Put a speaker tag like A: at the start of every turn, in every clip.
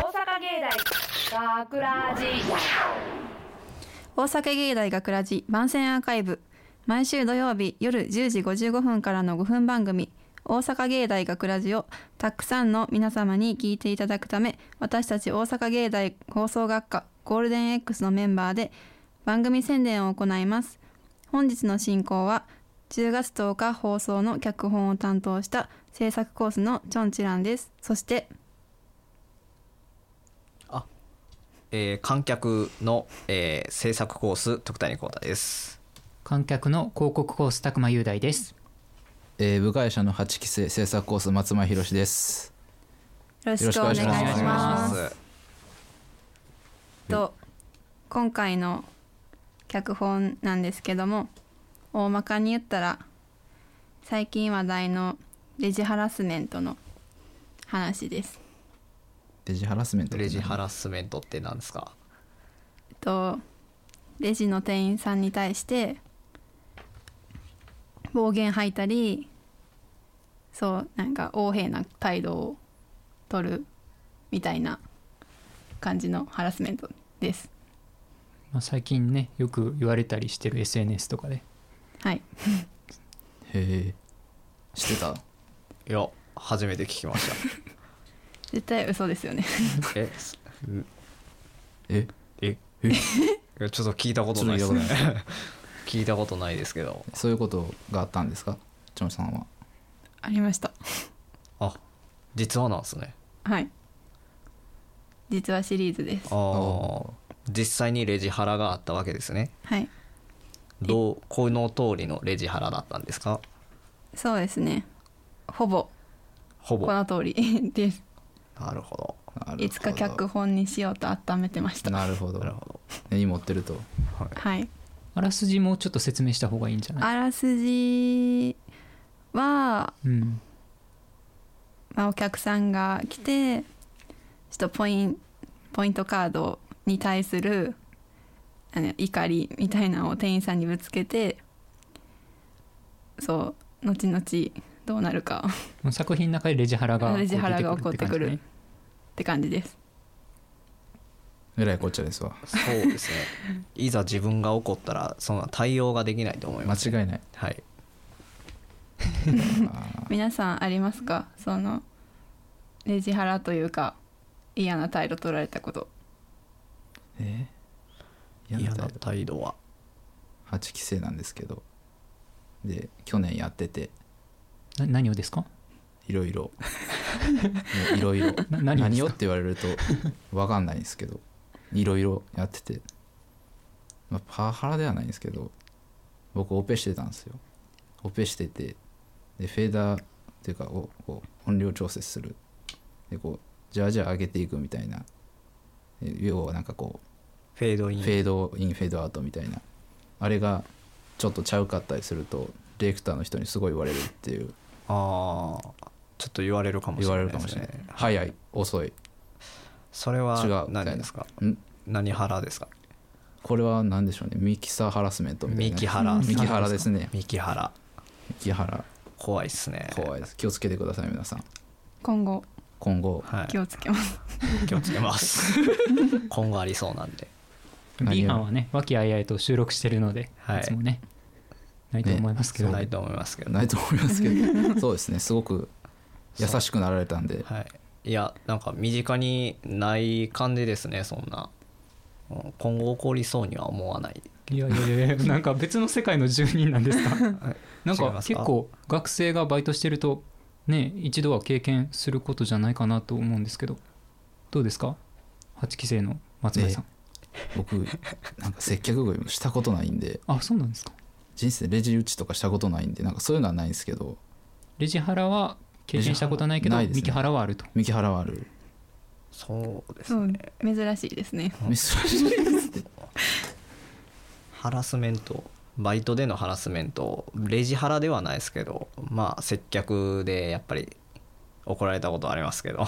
A: 大学ラジ
B: 大阪芸大学ラジ番宣アーカイブ毎週土曜日夜10時55分からの5分番組「大阪芸大学ラジをたくさんの皆様に聞いていただくため私たち大阪芸大放送学科ゴールデン X のメンバーで番組宣伝を行います本日の進行は10月10日放送の脚本を担当した制作コースのチョンチランですそして
C: えー観客の、えー制作コース徳谷幸太です
D: 観客の広告コース拓磨雄大です
E: えー部外者の8期生制作コース松前宏です
B: よろしくお願いし
E: よろしくお願いし
B: ま。
E: ます
B: と今回の脚本なんですけども大まかに言ったら最近話題のレジハラスメントの話です。
E: レジハラスメント
C: レジハラスメントって何ですか
B: えっとレジの店員さんに対して暴言吐いたりそうなんか横柄な態度を取るみたいな感じのハラスメントです。
D: まあ、最近ねよく言われたりしてる SNS とかで
B: はい
E: へえ知ってた
C: いや初めて聞きまし
B: 絶対嘘ですよね
C: た え
E: え
C: え
E: え
C: いやちょっと聞いたことないですね聞いたことないですけど
E: そういうことがあったんですかチョンさんは
B: ありました
C: あ実はなんですね
B: はい実はシリーズです
C: あー実際にレジハラがあったわけですね
B: はい
C: どうこの通りのレジハラだったんですか
B: そうですねほぼ
C: ほぼ
B: この
C: な
B: 通り です
C: るほど
E: なるほど
B: いつか脚本にしようと温めてました
E: なるほど
C: なるほど
E: 根に持ってると
B: はい
D: あらすじもちょっと説明した方がいいんじゃない
B: あらすじは、
D: うん
B: まあ、お客さんが来てちょっとポインポイントカードに対するあの怒りみたいなのを店員さんにぶつけてそう後々どうなるかをっ
D: もう作品の中でレジハラが
B: レジハラが起こってくる
D: ね
B: て感じです
E: えらいこっちゃですわ
C: そうですねいざ自分が怒ったらそんな対応ができないと思い
E: 間
C: ます
E: 違いない
C: はい
B: 皆さんありますかそのレジハラというか嫌な態度取られたこと
E: え
C: 嫌
E: ー、嫌だ
C: な態度は
E: 8期生なんですけどで去年やってて
D: な何をですか
E: いろ いろもういろいろ
D: な何をです
E: を
D: か
E: って言われると分かんないんですけどいろいろやってて、まあ、パワハラではないんですけど僕オペしてたんですよオペしててでフェーダーっていうかをこう音量調節するでこうじゃあじゃあ上げていくみたいなで要はなんかこ
C: フェードイ
E: う
C: ン
E: フェードインフェードアウトみたいなあれがちょっとちゃうかったりするとディレクターの人にすごい言われるっていう
C: ああちょっと言われるかもし
E: 言
C: れ
E: わ
C: ないで
E: れるかも
C: す
E: しれ
C: ね
E: ない早い遅い
C: それ
E: 違う
C: は
E: みたいな
C: 何ですか
E: ん
C: 何腹ですか
E: これは何でしょうねミキサーハラスメントみたい
C: ミ
E: な
C: キハラ
E: ミキハラですね
C: ミキハラ
E: ミキハラ
C: 怖いっすね
E: 怖いです気をつけてください皆さん
B: 今後
E: 今後
C: は
B: 気をつけます、
C: い気をつけます 今後ありそうなんで
E: 何を
D: B 班はね和気あいあいと収録してるので、
C: はい
D: い、つもねないと思いますけど、
C: ないと思いますけど
E: ないと思いますけ どそうですねすごく優しくなられたんで
C: はいいやなんか身近にない感じですねそんなうん今後起こりそうには思わない
D: いやいやいやいやなんか別の世界の住人な んですかなん
C: 違い
D: か
C: ますか
D: 結構学生がバイトしてるとね一度は経験することじゃないかなと思うんですけどどうですか8期生の松前さん、
E: 僕なんか接客業したことないんで
D: あそうなんですか
E: 人生レジ打ちとかしたことないんでなんかそういうのはないんですけど
D: レジハラは経験したことはないけど
E: レジハラないですね
D: ミキハラはあると
E: ミキハラはある
C: そうです
B: そう珍しいですね
E: 珍しい
C: ハラスメントバイトでのハラスメントレジハラではないですけどまあ接客でやっぱり怒られたことありますけど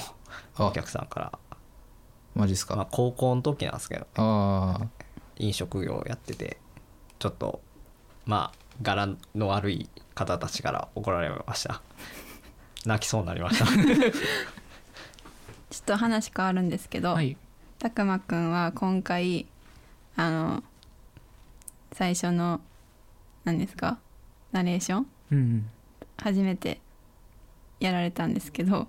E: あ
C: お客さんから
E: マジです
C: まあ
E: か
C: 高校の時なんですけど
E: ああ
C: 飲食業やっててちょっとまあ柄の悪い方たちから怒られました 泣きそうになりました
B: ちょっと話変わるんですけど、
D: はい
B: たくまくんは今回あの最初の何ですかナレーション
D: うん
B: 初めてやられたんですけど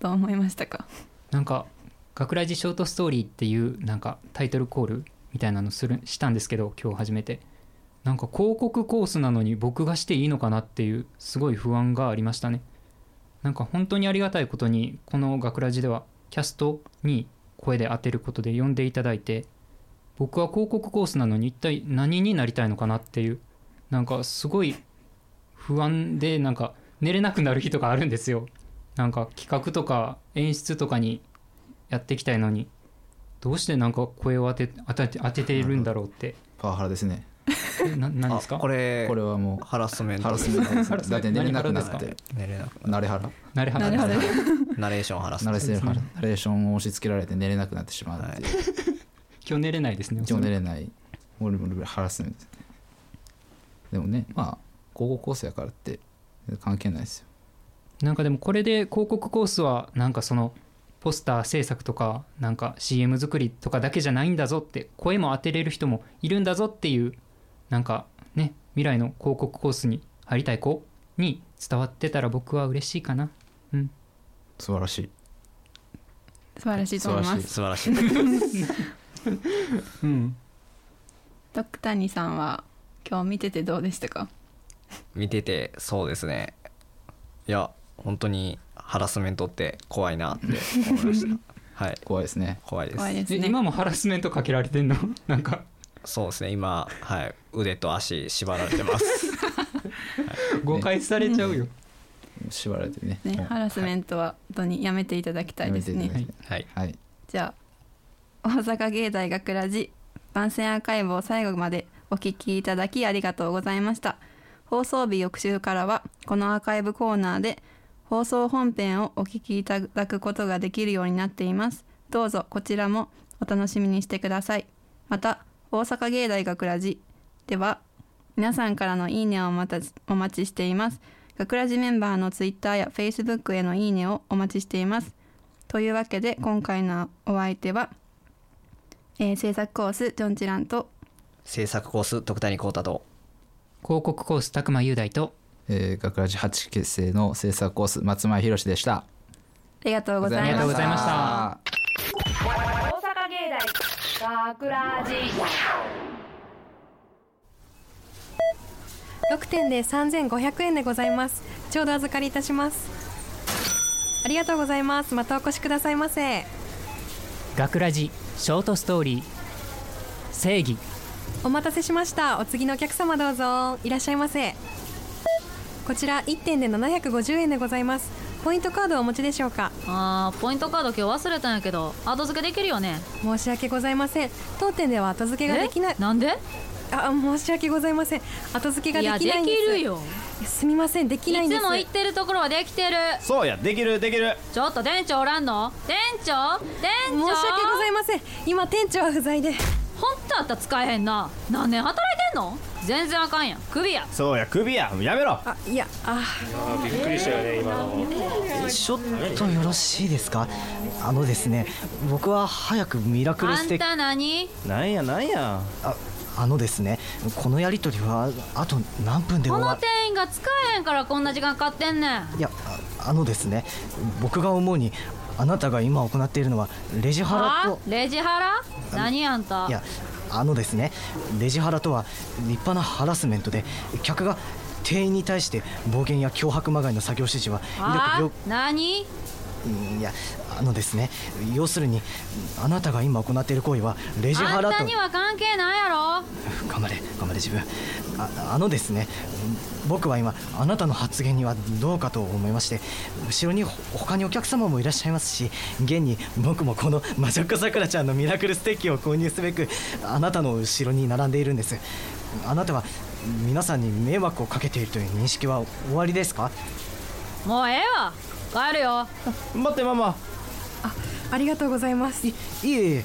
B: どう思いましたか
D: なんか「学ラジショートストーリー」っていうなんかタイトルコールみたいなのするしたんですけど今日初めてなんか広告コースなのに僕がしていいのかなっていうすごい不安がありましたねなんか本当にありがたいことにこの「学ラジではキャストに声で当てることで呼んでいただいて僕は広告コースなのに一体何になりたいのかなっていうなんかすごい不安でなんか寝れなくなる日とかあるんですよなんか企画とか演出とかにやっていきたいのにどうしてなんか声を当て当て当てているんだろうって
E: パワハラですね
D: えな何ですか
C: あこれ
E: これはも
C: ハラスメ
E: う
C: ン
E: ハ
C: ト
E: ラ
C: で
E: ス
C: す
E: メントです
D: ハ
E: ね
D: ラスメン
E: だっ
D: ト
E: て寝れなくな
D: 何ハラで
E: っ
D: す
E: て
C: 寝れなくな
E: 慣れハラ
D: なれは
B: なるほど
C: ナレーションハラス
E: 慣
C: メン
E: れ
C: ト
E: せるハラナレーションを押し付けられて寝れなくなってしまうっていう
D: 今日寝れないですね
E: 一応寝れない俺もハラスメントですねでもねまあ高校構成やからって関係ないですよ
D: なんかでもこれで広告コースはなんかそのポスター制作とかなんか CM 作りとかだけじゃないんだぞって声も当てれる人もいるんだぞっていうなんかね未来の広告コースに入りたい子に伝わってたら僕は嬉しいかなうん
E: 素晴らしい
B: 素晴らしいと思い
E: 素晴
B: ま
E: らしい
B: す
C: 素晴らしい
D: うん
B: ドクタニさんは今日見ててどうでしたか
C: 見ててそうですねいや本当にハラスメントって怖いなって思いましたはい
E: 怖いですね
C: 怖いです
B: 怖いです
D: え
B: ね
D: 今もハラスメントかけられてんの なんか
C: そうですね今、はい、腕と足縛られてます
D: 誤解されちゃうよ、
E: 縛られてね
B: ね
E: もう
B: ハラスメントは本当にやめていただきたいです
E: やめ
B: ね
E: ていただき
C: はい
E: たいはい
B: じゃあ大阪芸大学ラジ番宣アーカイブを最後までお聞きいただきありがとうございました放送日翌週からはこのアーカイブコーナーで放送本編をお聞きいただくことができるようになっていますどうぞこちらもお楽しみにしてくださいまた大阪芸大学ラジでは皆さんからのいいねをまたお待ちしています学ラジメンバーのツイッターやフェイスブックへのいいねをお待ちしていますというわけで今回のお相手は、えー制作コースジョンチランと
C: 制作コース徳谷幸太と
D: 広告コース拓磨雄大と
E: えー、学ラジ8結成の制作コース松前宏でした
B: ありがとうございま
D: あ
B: した
D: りがとうございまし
A: 大
D: た
A: 阪芸大学ラジ
F: 6点で3500円でございますちょうど預かりいたしますありがとうございますまたお越しくださいませ
G: 学ラジショートストーリー正義
F: お待たせしましたお次のお客様どうぞいらっしゃいませこちら1点で750円でございますポイントカードをお持ちでしょうか
H: あーポイントカード今日忘れたんやけど後付けできるよね
F: 申し訳ございません当店では後付けができない
H: えなんで
F: あ申し訳ございません後付けが
H: いや
F: でき
H: で
F: ないん
H: き
F: です
H: るよ
F: すみませんできない
H: い
F: んで
H: つ
F: す
H: も行ってるところはできてる
I: そうやできるできる
H: ちょっと店長おらんの店長店
F: 申し
H: 長
F: 訳ございません今店長は不在で
H: ほんとあったら使えへんな何年働いてんの全然あかんやんクビや
I: そうや首ややめろ
F: あいやあ
J: ちょっとよろしいですかあのですね僕は早くミラクル
H: あ
J: ス
H: ん
J: テッ
H: た何
I: なんやなんや
J: ああのですねこのやり取りはあと何分で
H: こ
J: 終わ
H: の店員が使えへんからこんな時間かかってんねん
J: いやああのですね僕が思うにあなたが今行っているのはレジハラ
H: あ
J: と
H: レジハラ何あんた
J: いやあのですねレジハラとは立派なハラスメントで客が店員に対して暴言や脅迫まがいの作業指示は威力
H: あ
J: よ
H: 何
J: いやあのですね要するにあなたが今行っている行為はレジ
H: あ
J: ハ
H: ん
J: ラと
H: たには関係ないやろ
J: 頑張れ頑張れ自分ああのですね僕は今あなたの発言にはどうかと思いまして後ろにほ他にお客様もいらっしゃいますし現に僕もこの魔女っ子さくらちゃんのミラクルステーキを購入すべくあなたの後ろに並んでいるんですあなたは皆さんに迷惑をかけているという認識はおありですか
H: もうええわ帰るよ
I: 待ってママ
F: ありがとうございます
J: いいえいえ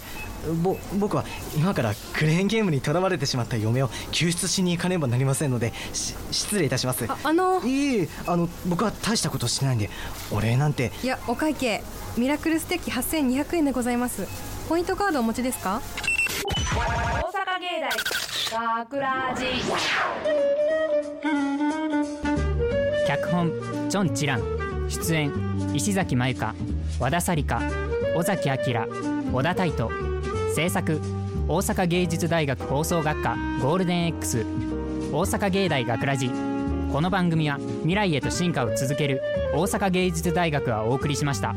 J: ぼ僕は今からクレーンゲームにとらわれてしまった嫁を救出しに行かねばなりませんのでし失礼いたします
F: ああの
J: いいあの僕は大したことしてないんでお礼なんて
F: いやお会計ミラクルステーキ8200円でございますポイントカードをお持ちですか
A: 大阪芸大学ラジ
D: 脚本ジョン・チラン出演石崎舞香和田紗理香尾崎明小田泰斗制作大阪芸術大学放送学科ゴールデン X 大阪芸大学ラジこの番組は未来へと進化を続ける大阪芸術大学がお送りしました。